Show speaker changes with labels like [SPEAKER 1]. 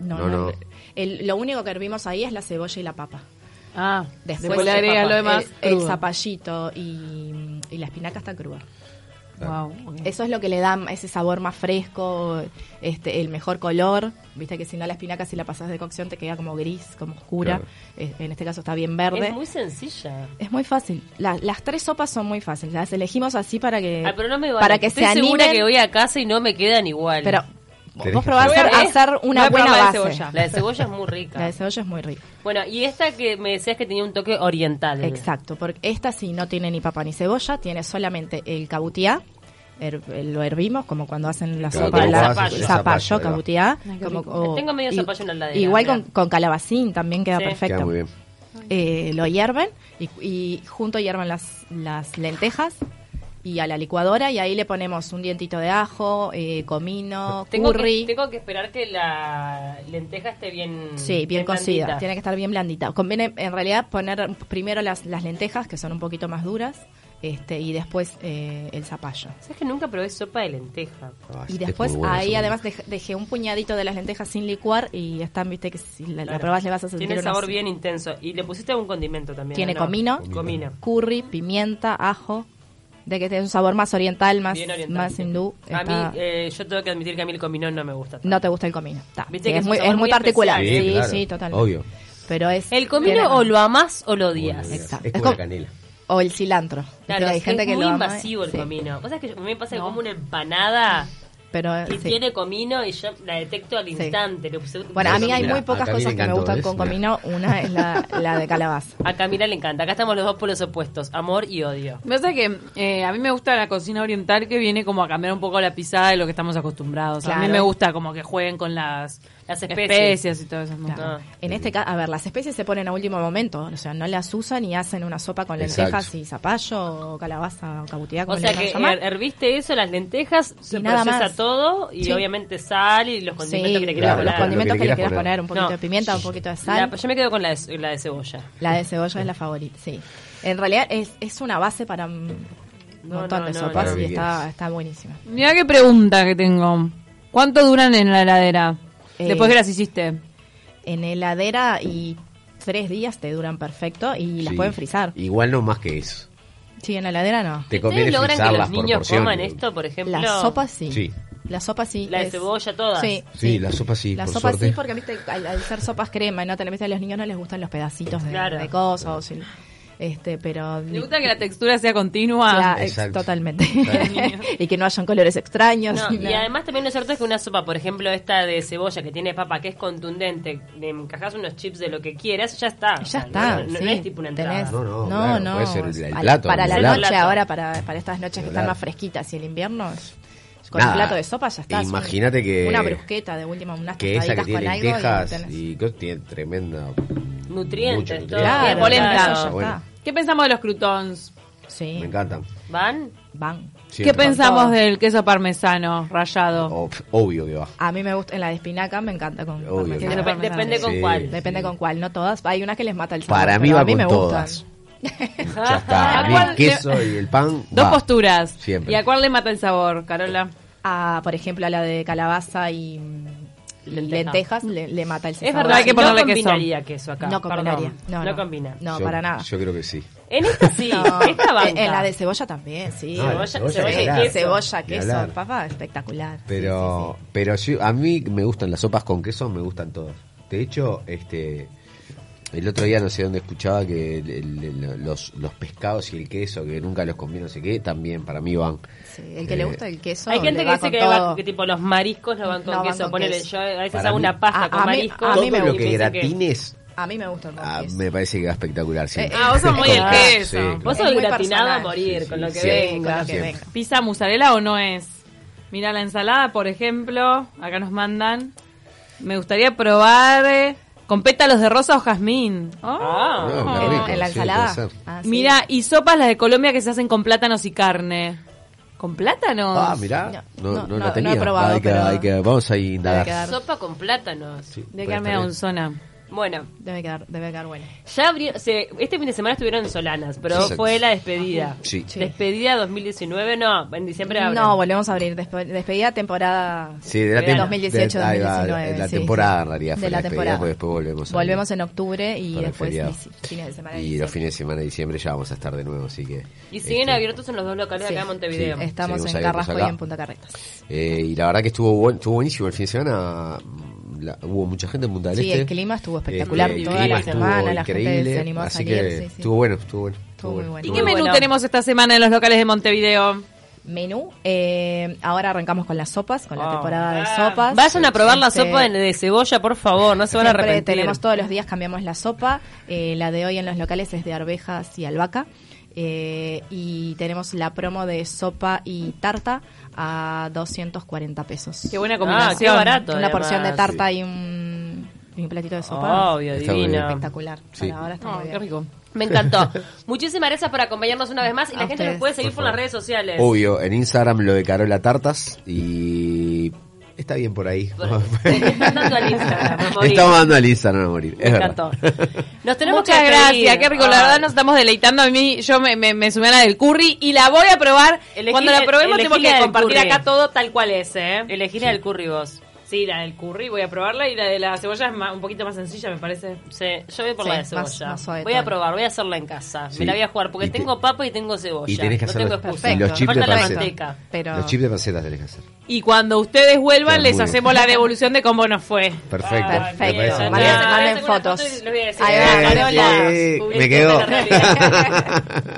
[SPEAKER 1] No,
[SPEAKER 2] No,
[SPEAKER 1] no.
[SPEAKER 2] no.
[SPEAKER 1] El- lo único que hervimos ahí es la cebolla y la papa.
[SPEAKER 3] Ah,
[SPEAKER 1] Después,
[SPEAKER 3] después le agrega lo
[SPEAKER 1] el-
[SPEAKER 3] demás.
[SPEAKER 1] El,
[SPEAKER 3] crudo.
[SPEAKER 1] zapallito y, y la espinaca está cruda.
[SPEAKER 3] Wow.
[SPEAKER 4] Mm.
[SPEAKER 1] Eso es lo que le da ese sabor más fresco, este, el mejor color. Viste que si no la espinaca, si la pasas de cocción, te queda como gris, como oscura.
[SPEAKER 2] Claro.
[SPEAKER 1] Eh, En este caso está bien verde.
[SPEAKER 4] Es muy sencilla.
[SPEAKER 1] Es muy fácil. La- las tres sopas son muy fáciles. Las elegimos así para que,
[SPEAKER 4] Ah, pero no me vale.
[SPEAKER 1] Eh, para que
[SPEAKER 4] Estoy
[SPEAKER 1] se animen.
[SPEAKER 4] segura que voy a casa y no me quedan igual.
[SPEAKER 1] Pero
[SPEAKER 2] Tenés
[SPEAKER 1] vos
[SPEAKER 2] que
[SPEAKER 1] probás a
[SPEAKER 3] hacer-
[SPEAKER 1] hacer, una
[SPEAKER 3] Voy a
[SPEAKER 1] buena
[SPEAKER 3] probar la de
[SPEAKER 1] base.
[SPEAKER 3] cebolla.
[SPEAKER 4] la de cebolla es muy rica.
[SPEAKER 1] La de cebolla es muy rica.
[SPEAKER 4] Bueno, y esta que me decías que tenía un toque oriental.
[SPEAKER 1] Exacto, porque esta sí no tiene ni papa ni cebolla, tiene solamente el cabutiá. her- lo hervimos como cuando hacen la
[SPEAKER 2] Claro,
[SPEAKER 1] sopa,
[SPEAKER 4] como
[SPEAKER 1] la-
[SPEAKER 4] vos haces el
[SPEAKER 2] zapallo,
[SPEAKER 1] zapallo,
[SPEAKER 2] ahí va.
[SPEAKER 1] cabutiá.
[SPEAKER 3] Ay, qué
[SPEAKER 1] como-
[SPEAKER 3] rico.
[SPEAKER 1] o-
[SPEAKER 4] Tengo medio
[SPEAKER 1] i-
[SPEAKER 4] zapallo en la heladera,
[SPEAKER 1] Igual
[SPEAKER 4] mirá.
[SPEAKER 1] con, con calabacín también queda
[SPEAKER 4] Sí.
[SPEAKER 1] perfecto.
[SPEAKER 2] Queda muy bien.
[SPEAKER 1] Eh, lo hierven y, y junto hierven las, las lentejas y a la licuadora y ahí le ponemos un dientito de ajo, eh, comino,
[SPEAKER 4] Tengo que,
[SPEAKER 1] curry.
[SPEAKER 4] tengo que esperar que la lenteja esté bien.
[SPEAKER 1] Sí, bien cocida.
[SPEAKER 4] Mm, blandita.
[SPEAKER 1] Tiene que estar bien blandita. Conviene en realidad poner primero las, las lentejas, que son un poquito más duras, este, y después eh, el zapallo.
[SPEAKER 4] ¿Sabes que nunca probé sopa de lenteja?
[SPEAKER 2] Ah,
[SPEAKER 1] Y
[SPEAKER 2] es
[SPEAKER 1] después
[SPEAKER 2] muy bueno
[SPEAKER 1] ahí
[SPEAKER 2] eso.
[SPEAKER 1] además dej- dejé un puñadito de las lentejas sin licuar y están, viste, que si la, la
[SPEAKER 4] Claro.
[SPEAKER 1] probás le vas a sentir
[SPEAKER 4] Tiene
[SPEAKER 1] una-
[SPEAKER 4] sabor bien intenso. Y le pusiste algún condimento también.
[SPEAKER 1] Tiene
[SPEAKER 4] ¿o no?
[SPEAKER 1] comino.
[SPEAKER 4] Comino.
[SPEAKER 1] Curry, pimienta, ajo, de que tiene un sabor más oriental, más,
[SPEAKER 4] Bien oriental.
[SPEAKER 1] más hindú.
[SPEAKER 4] A
[SPEAKER 1] Está-
[SPEAKER 4] mí, eh, yo tengo que admitir que a mí el comino no me gusta. tanto.
[SPEAKER 1] no te gusta el comino. Está.
[SPEAKER 4] Viste
[SPEAKER 1] Sí,
[SPEAKER 4] que
[SPEAKER 1] es
[SPEAKER 4] es un
[SPEAKER 1] muy,
[SPEAKER 4] sabor
[SPEAKER 1] es muy
[SPEAKER 4] muy
[SPEAKER 1] particular. Sí,
[SPEAKER 4] especial.
[SPEAKER 1] sí,
[SPEAKER 2] Sí, claro,
[SPEAKER 1] totalmente.
[SPEAKER 2] obvio.
[SPEAKER 1] Pero es
[SPEAKER 4] El comino
[SPEAKER 1] tiene-
[SPEAKER 4] o lo amás o lo odias.
[SPEAKER 2] Bueno,
[SPEAKER 1] Exacto.
[SPEAKER 2] Es
[SPEAKER 1] Es
[SPEAKER 2] como la
[SPEAKER 1] como-
[SPEAKER 2] canela.
[SPEAKER 1] O el cilantro.
[SPEAKER 4] Claro,
[SPEAKER 1] Porque hay
[SPEAKER 4] es,
[SPEAKER 1] gente
[SPEAKER 4] es
[SPEAKER 1] que
[SPEAKER 4] muy
[SPEAKER 1] lo ama, eh,
[SPEAKER 4] invasivo el
[SPEAKER 1] sí.
[SPEAKER 4] comino. ¿Vos sabés que yo- a mí me pasa que como una empanada
[SPEAKER 1] Pero,
[SPEAKER 4] y
[SPEAKER 1] Ah, sí.
[SPEAKER 4] tiene comino y yo la detecto al instante. Le puse-
[SPEAKER 1] Bueno, a mí hay
[SPEAKER 2] Mira,
[SPEAKER 1] muy pocas
[SPEAKER 2] acá a mí me
[SPEAKER 1] cosas que me
[SPEAKER 2] encantó,
[SPEAKER 1] gustan
[SPEAKER 2] ¿ves?
[SPEAKER 1] con
[SPEAKER 2] Mira.
[SPEAKER 1] comino. Una es la, la de calabaza.
[SPEAKER 4] A Camila le encanta. Acá estamos los dos polos opuestos, amor y odio.
[SPEAKER 3] Me pasa que eh, a mí me gusta la cocina oriental que viene como a cambiar un poco la pisada de lo que estamos acostumbrados. A mí
[SPEAKER 1] Claro.
[SPEAKER 3] me gusta como que jueguen con las,
[SPEAKER 4] Las especies.
[SPEAKER 3] especias y todo eso. me gusta.
[SPEAKER 1] Claro.
[SPEAKER 4] Ah.
[SPEAKER 1] En este caso, a ver, las especies se ponen a último momento. O sea, no las usan y hacen una sopa con
[SPEAKER 2] Exacto.
[SPEAKER 1] lentejas y zapallo o calabaza o cabutía, como
[SPEAKER 4] O
[SPEAKER 1] le
[SPEAKER 4] sea
[SPEAKER 1] quieran
[SPEAKER 4] que
[SPEAKER 1] llamar.
[SPEAKER 4] her- herviste eso, las lentejas, se
[SPEAKER 1] nada
[SPEAKER 4] procesa
[SPEAKER 1] más.
[SPEAKER 4] todo y
[SPEAKER 1] Sí.
[SPEAKER 4] obviamente sal y los
[SPEAKER 1] Sí,
[SPEAKER 4] condimentos que le quieras
[SPEAKER 2] Claro,
[SPEAKER 1] los
[SPEAKER 2] poner.
[SPEAKER 4] poner.
[SPEAKER 1] condimentos que le
[SPEAKER 2] quieras
[SPEAKER 1] quieras
[SPEAKER 2] poner.
[SPEAKER 1] poner. Un poquito
[SPEAKER 4] No.
[SPEAKER 1] de pimienta, un poquito de
[SPEAKER 4] La-
[SPEAKER 1] sal.
[SPEAKER 4] yo me quedo con la de, la de cebolla.
[SPEAKER 1] La de cebolla es la favorita, sí. En realidad es, es una base para un
[SPEAKER 4] No,
[SPEAKER 1] montón
[SPEAKER 4] no,
[SPEAKER 1] de
[SPEAKER 4] no,
[SPEAKER 1] sopas
[SPEAKER 2] no.
[SPEAKER 1] y está, está buenísima.
[SPEAKER 3] Mira qué pregunta que tengo. ¿Cuánto duran en la heladera?
[SPEAKER 1] Eh,
[SPEAKER 3] Después que las hiciste.
[SPEAKER 1] En heladera y tres días te duran perfecto y las
[SPEAKER 2] Sí.
[SPEAKER 1] pueden frizar.
[SPEAKER 2] Igual no más que eso.
[SPEAKER 1] Sí, en la heladera no.
[SPEAKER 2] Te conviene
[SPEAKER 4] ¿Ustedes logran que
[SPEAKER 2] frizarlas
[SPEAKER 4] los
[SPEAKER 2] por
[SPEAKER 4] niños
[SPEAKER 2] porción.
[SPEAKER 4] coman esto, por ejemplo?
[SPEAKER 1] La sopa sí.
[SPEAKER 2] Sí.
[SPEAKER 1] La sopa sí.
[SPEAKER 4] La de cebolla, todas.
[SPEAKER 1] Sí,
[SPEAKER 2] Sí, la sopa sí,
[SPEAKER 1] La
[SPEAKER 2] por
[SPEAKER 1] sopa
[SPEAKER 2] suerte.
[SPEAKER 1] sí, porque viste, al, al ser sopas crema, y no tenés, viste, a los niños no les gustan los pedacitos de,
[SPEAKER 4] Claro.
[SPEAKER 1] de cosas. o si- este, pero.
[SPEAKER 3] Me gusta que la textura sea continua.
[SPEAKER 1] Cla- ex-
[SPEAKER 2] Exacto.
[SPEAKER 1] totalmente.
[SPEAKER 2] Claro.
[SPEAKER 1] y que no hayan colores extraños.
[SPEAKER 4] No,
[SPEAKER 1] ni
[SPEAKER 4] y
[SPEAKER 1] nada.
[SPEAKER 4] además también lo cierto es que una sopa, por ejemplo, esta de cebolla que tiene papa, que es contundente, le encajas unos chips de lo que quieras, ya está. O
[SPEAKER 1] Ya
[SPEAKER 4] sea,
[SPEAKER 1] está.
[SPEAKER 4] No, no-
[SPEAKER 1] sí.
[SPEAKER 4] no es tipo una entrada.
[SPEAKER 1] Tenés-
[SPEAKER 2] No, no, claro, puede ser el- el plato,
[SPEAKER 1] para
[SPEAKER 2] el
[SPEAKER 1] la
[SPEAKER 2] plato.
[SPEAKER 1] noche,
[SPEAKER 4] Plato.
[SPEAKER 1] ahora, para, para estas noches que están
[SPEAKER 2] Claro.
[SPEAKER 1] más fresquitas y el invierno, es- con
[SPEAKER 2] Nada. E
[SPEAKER 1] un plato de sopa ya estás.
[SPEAKER 2] Imagínate que-
[SPEAKER 1] Una brusqueta de última, unas
[SPEAKER 2] Que esa que
[SPEAKER 1] tostaditas
[SPEAKER 2] tiene
[SPEAKER 1] con algo. y
[SPEAKER 2] lentejas
[SPEAKER 1] tenés-
[SPEAKER 2] y, que tiene tremenda. Mucho
[SPEAKER 4] Nutrientes, todo.
[SPEAKER 2] nutriente.
[SPEAKER 1] Claro,
[SPEAKER 4] Bien,
[SPEAKER 3] polenta.
[SPEAKER 4] claro.
[SPEAKER 1] ya
[SPEAKER 2] Bueno.
[SPEAKER 3] ¿Qué pensamos de los croutons?
[SPEAKER 1] está. Sí,
[SPEAKER 2] Me encantan.
[SPEAKER 4] ¿Van?
[SPEAKER 1] van.
[SPEAKER 2] Siempre. Oh,
[SPEAKER 3] ¿Qué pensamos
[SPEAKER 1] todo.
[SPEAKER 3] del queso parmesano rallado?
[SPEAKER 2] Ob- obvio que va.
[SPEAKER 1] A mí me gusta, en la de espinaca me encanta con
[SPEAKER 2] Obvio.
[SPEAKER 1] parmesano.
[SPEAKER 2] Claro.
[SPEAKER 4] Dep- Depende con
[SPEAKER 2] Sí.
[SPEAKER 4] cuál.
[SPEAKER 1] Depende
[SPEAKER 2] Sí.
[SPEAKER 1] con cuál, no todas. Hay unas que les mata el sabor.
[SPEAKER 2] Para mí
[SPEAKER 1] pero
[SPEAKER 2] va
[SPEAKER 1] a mí
[SPEAKER 2] con
[SPEAKER 1] me
[SPEAKER 2] todas.
[SPEAKER 1] gustan.
[SPEAKER 2] Ya está. A mí
[SPEAKER 3] Igual
[SPEAKER 2] el
[SPEAKER 3] le-
[SPEAKER 2] queso y el pan.
[SPEAKER 3] Dos
[SPEAKER 2] va.
[SPEAKER 3] posturas.
[SPEAKER 2] Siempre.
[SPEAKER 3] ¿Y a cuál le mata el sabor, Carola?
[SPEAKER 1] Ah, por ejemplo, a la de calabaza y mm, lentejas le, le mata el sabor.
[SPEAKER 4] Es verdad
[SPEAKER 3] hay que
[SPEAKER 4] no
[SPEAKER 3] ponerle queso.
[SPEAKER 4] combinaría queso, acá.
[SPEAKER 1] No combinaría.
[SPEAKER 4] Perdón.
[SPEAKER 1] No,
[SPEAKER 4] No, combina.
[SPEAKER 1] No,
[SPEAKER 2] Yo-
[SPEAKER 1] para nada.
[SPEAKER 2] Yo creo que sí.
[SPEAKER 4] En esta sí,
[SPEAKER 1] No,
[SPEAKER 4] esta banca.
[SPEAKER 1] en, en la de cebolla también, sí.
[SPEAKER 2] No, la
[SPEAKER 4] Cebolla- cebolla
[SPEAKER 1] Sí,
[SPEAKER 4] y
[SPEAKER 2] claro.
[SPEAKER 4] queso.
[SPEAKER 1] cebolla,
[SPEAKER 2] Ni
[SPEAKER 1] queso,
[SPEAKER 2] hablar.
[SPEAKER 1] papá, espectacular. Sí,
[SPEAKER 2] Pero, pero sí, a mí me gustan las sopas con queso, me gustan todas. De hecho, este el otro día no sé dónde escuchaba que el- el- el- los, los pescados y el queso, que nunca los comí, no sé qué, también para mí van.
[SPEAKER 1] sí, sí. Sí, el que le
[SPEAKER 2] Eh,
[SPEAKER 1] gusta el queso.
[SPEAKER 4] Hay gente
[SPEAKER 1] le
[SPEAKER 4] que
[SPEAKER 1] va
[SPEAKER 4] dice
[SPEAKER 1] con
[SPEAKER 4] que,
[SPEAKER 1] todo.
[SPEAKER 4] va- que tipo los mariscos no van con
[SPEAKER 1] No van
[SPEAKER 4] queso.
[SPEAKER 1] con
[SPEAKER 4] Ponele,
[SPEAKER 1] queso.
[SPEAKER 4] yo a veces
[SPEAKER 2] Para
[SPEAKER 4] hago
[SPEAKER 2] mí-
[SPEAKER 4] una pasta
[SPEAKER 1] a-
[SPEAKER 4] con
[SPEAKER 1] a mí-
[SPEAKER 4] marisco.
[SPEAKER 1] a
[SPEAKER 2] Todo
[SPEAKER 1] mí me
[SPEAKER 2] lo
[SPEAKER 1] gusta.
[SPEAKER 2] que
[SPEAKER 4] Dicen que-
[SPEAKER 2] gratines
[SPEAKER 1] A mí me gusta el
[SPEAKER 2] ah,
[SPEAKER 1] queso.
[SPEAKER 2] me parece que va espectacular siempre.
[SPEAKER 1] Eh,
[SPEAKER 3] Ah, vos sos muy el
[SPEAKER 4] Ah,
[SPEAKER 2] sí,
[SPEAKER 3] queso.
[SPEAKER 2] claro.
[SPEAKER 4] Vos
[SPEAKER 1] Es
[SPEAKER 4] sos
[SPEAKER 1] muy
[SPEAKER 4] gratinado a
[SPEAKER 1] personal.
[SPEAKER 4] morir
[SPEAKER 2] Sí,
[SPEAKER 4] con lo que
[SPEAKER 2] sí,
[SPEAKER 1] Sí, con
[SPEAKER 4] venga.
[SPEAKER 1] lo que
[SPEAKER 2] Siempre.
[SPEAKER 1] venga.
[SPEAKER 3] ¿Pizza mozzarella o no es? Mira, la ensalada, por ejemplo, acá nos mandan. Me gustaría probar eh, con pétalos de rosa o jazmín. Oh.
[SPEAKER 4] Ah.
[SPEAKER 2] No, qué
[SPEAKER 1] ¿En,
[SPEAKER 2] rico,
[SPEAKER 1] en la
[SPEAKER 2] sí,
[SPEAKER 1] ensalada.
[SPEAKER 2] puede ser.
[SPEAKER 1] Ah, sí.
[SPEAKER 3] Mira, y sopas las de Colombia que se hacen con plátanos y carne. ¿Con plátanos?
[SPEAKER 2] Ah, mirá,
[SPEAKER 1] No,
[SPEAKER 2] no,
[SPEAKER 1] no,
[SPEAKER 2] no,
[SPEAKER 1] no, no
[SPEAKER 2] la
[SPEAKER 1] he
[SPEAKER 2] tenía.
[SPEAKER 1] probado,
[SPEAKER 2] Hay que-
[SPEAKER 1] pero-
[SPEAKER 2] hay que- vamos a
[SPEAKER 1] Hay que
[SPEAKER 2] indagar.
[SPEAKER 1] dar-
[SPEAKER 4] Sopa con plátanos.
[SPEAKER 2] Sí,
[SPEAKER 3] de
[SPEAKER 2] puede
[SPEAKER 3] carne
[SPEAKER 2] estar bien.
[SPEAKER 3] onzona.
[SPEAKER 4] Bueno,
[SPEAKER 1] Debe quedar, debe quedar bueno.
[SPEAKER 4] ya abrió, se- este fin de semana estuvieron en Solanas, pero
[SPEAKER 2] Exacto.
[SPEAKER 4] fue la despedida.
[SPEAKER 2] Sí.
[SPEAKER 1] Sí.
[SPEAKER 4] Despedida 2019, no, en diciembre abren.
[SPEAKER 1] No, volvemos a abrir. despe- despedida temporada.
[SPEAKER 2] Sí, de la tem-
[SPEAKER 1] 2018,
[SPEAKER 2] de- ahí va,
[SPEAKER 1] 2019,
[SPEAKER 2] de la
[SPEAKER 1] sí,
[SPEAKER 2] temporada
[SPEAKER 1] sí.
[SPEAKER 2] en realidad fue
[SPEAKER 1] De
[SPEAKER 2] la,
[SPEAKER 1] la
[SPEAKER 2] despedida,
[SPEAKER 1] temporada.
[SPEAKER 2] porque después volvemos. a-
[SPEAKER 1] Volvemos en octubre y
[SPEAKER 2] para el
[SPEAKER 1] después
[SPEAKER 2] feriado.
[SPEAKER 1] sí, sí, fines de semana.
[SPEAKER 2] Y los fines de semana de diciembre ya vamos a estar de nuevo, así que...
[SPEAKER 4] Y siguen
[SPEAKER 2] este,
[SPEAKER 4] abiertos en los dos locales
[SPEAKER 1] Sí.
[SPEAKER 4] acá en Montevideo.
[SPEAKER 2] Sí. este,
[SPEAKER 1] Estamos
[SPEAKER 2] Seguimos
[SPEAKER 1] en
[SPEAKER 2] abiertos
[SPEAKER 1] Carrasco
[SPEAKER 2] acá.
[SPEAKER 1] y en Punta Carretas.
[SPEAKER 2] eh, y la verdad que estuvo, buen- estuvo buenísimo el fin de semana. mm, la- hubo mucha gente en Punta del
[SPEAKER 1] Sí,
[SPEAKER 2] Este.
[SPEAKER 1] el clima estuvo espectacular
[SPEAKER 2] el
[SPEAKER 4] toda
[SPEAKER 2] clima
[SPEAKER 4] la
[SPEAKER 2] estuvo
[SPEAKER 1] semana, la gente
[SPEAKER 2] increíble,
[SPEAKER 1] se animó a
[SPEAKER 2] así
[SPEAKER 1] salir,
[SPEAKER 2] que
[SPEAKER 1] sí, sí.
[SPEAKER 2] estuvo bueno, estuvo bueno. Estuvo
[SPEAKER 1] muy
[SPEAKER 2] bueno.
[SPEAKER 1] bueno.
[SPEAKER 3] ¿Y
[SPEAKER 2] estuvo
[SPEAKER 3] qué
[SPEAKER 4] Muy
[SPEAKER 3] menú
[SPEAKER 4] bueno.
[SPEAKER 3] tenemos esta semana en los locales de Montevideo?
[SPEAKER 1] Menú. eh, ahora arrancamos con las sopas, con la
[SPEAKER 3] Ah.
[SPEAKER 1] temporada de
[SPEAKER 4] Ah,
[SPEAKER 1] sopas.
[SPEAKER 4] Vayan a probar la
[SPEAKER 1] Este,
[SPEAKER 4] sopa de, de cebolla, por favor, no se van a
[SPEAKER 1] Siempre
[SPEAKER 4] arrepentir.
[SPEAKER 1] tenemos todos los días, cambiamos la sopa. Eh, la de hoy en los locales es de arvejas y albahaca. Eh, y tenemos la promo de sopa y tarta a 240 pesos.
[SPEAKER 3] Qué buena
[SPEAKER 4] Ah, qué
[SPEAKER 3] combinación.
[SPEAKER 4] barato.
[SPEAKER 1] Una
[SPEAKER 4] además.
[SPEAKER 1] porción de tarta y, un, y un platito de sopa.
[SPEAKER 4] Obvio,
[SPEAKER 2] Está muy
[SPEAKER 4] divino.
[SPEAKER 2] bien.
[SPEAKER 1] Espectacular.
[SPEAKER 2] Sí.
[SPEAKER 1] Por ahora está
[SPEAKER 3] Oh,
[SPEAKER 1] muy
[SPEAKER 3] qué
[SPEAKER 1] bien.
[SPEAKER 3] rico.
[SPEAKER 4] Me encantó. Muchísimas gracias por acompañarnos una vez más y la
[SPEAKER 1] A
[SPEAKER 4] gente nos
[SPEAKER 1] ustedes.
[SPEAKER 4] puede seguir por,
[SPEAKER 2] Por
[SPEAKER 4] las
[SPEAKER 2] favor.
[SPEAKER 4] redes sociales.
[SPEAKER 2] Obvio, en Instagram lo de Carola Tartas y está bien por ahí.
[SPEAKER 4] Por- Están dando al Instagram, a morir.
[SPEAKER 2] Estamos dando al Instagram a morir.
[SPEAKER 4] Me
[SPEAKER 2] es
[SPEAKER 4] encantó.
[SPEAKER 2] verdad.
[SPEAKER 4] Nos tenemos
[SPEAKER 3] Muchas
[SPEAKER 4] que despedir.
[SPEAKER 3] gracias, qué rico. La
[SPEAKER 4] Ay.
[SPEAKER 3] verdad nos estamos deleitando. A mí, yo me, me, me sumé a la del curry y la voy a probar.
[SPEAKER 4] Elegí-
[SPEAKER 3] Cuando la probemos
[SPEAKER 4] elegí
[SPEAKER 3] tenemos
[SPEAKER 4] la
[SPEAKER 3] que
[SPEAKER 4] del
[SPEAKER 3] compartir
[SPEAKER 4] curry.
[SPEAKER 3] acá todo tal cual es, ¿eh?
[SPEAKER 4] Elegí la del curry vos.
[SPEAKER 3] Sí, la del curry voy a probarla y la de la cebolla es más- un poquito más sencilla, me parece.
[SPEAKER 4] Sí, yo voy por
[SPEAKER 1] Sí,
[SPEAKER 4] la de
[SPEAKER 1] más-
[SPEAKER 4] cebolla.
[SPEAKER 1] más suave
[SPEAKER 4] voy a
[SPEAKER 1] todo.
[SPEAKER 4] probar, voy a hacerla en casa.
[SPEAKER 2] Sí.
[SPEAKER 4] Me la voy a jugar porque
[SPEAKER 2] Y te-
[SPEAKER 4] tengo papa y tengo cebolla.
[SPEAKER 2] Y tenés que
[SPEAKER 4] no
[SPEAKER 2] hacer
[SPEAKER 4] tengo
[SPEAKER 2] los,
[SPEAKER 4] excusa.
[SPEAKER 1] Perfecto.
[SPEAKER 2] y los chips de
[SPEAKER 4] Falta la
[SPEAKER 1] panceta.
[SPEAKER 4] manteca.
[SPEAKER 1] Pero
[SPEAKER 2] Los chips de panceta tenés que hacer.
[SPEAKER 3] Y cuando ustedes vuelvan,
[SPEAKER 2] Está
[SPEAKER 3] les
[SPEAKER 2] muy bien.
[SPEAKER 3] hacemos la devolución de cómo nos fue.
[SPEAKER 1] Perfecto.
[SPEAKER 2] Perfecto. Me parece
[SPEAKER 1] Manden-
[SPEAKER 4] María,
[SPEAKER 2] muy bien.
[SPEAKER 4] Ah,
[SPEAKER 1] manden
[SPEAKER 4] tengo una
[SPEAKER 1] fotos.
[SPEAKER 4] foto y les voy a decir.
[SPEAKER 1] Ahí va,
[SPEAKER 2] Eh,
[SPEAKER 1] Carola.
[SPEAKER 2] sí,
[SPEAKER 4] Publicó
[SPEAKER 2] me quedó.
[SPEAKER 4] la realidad.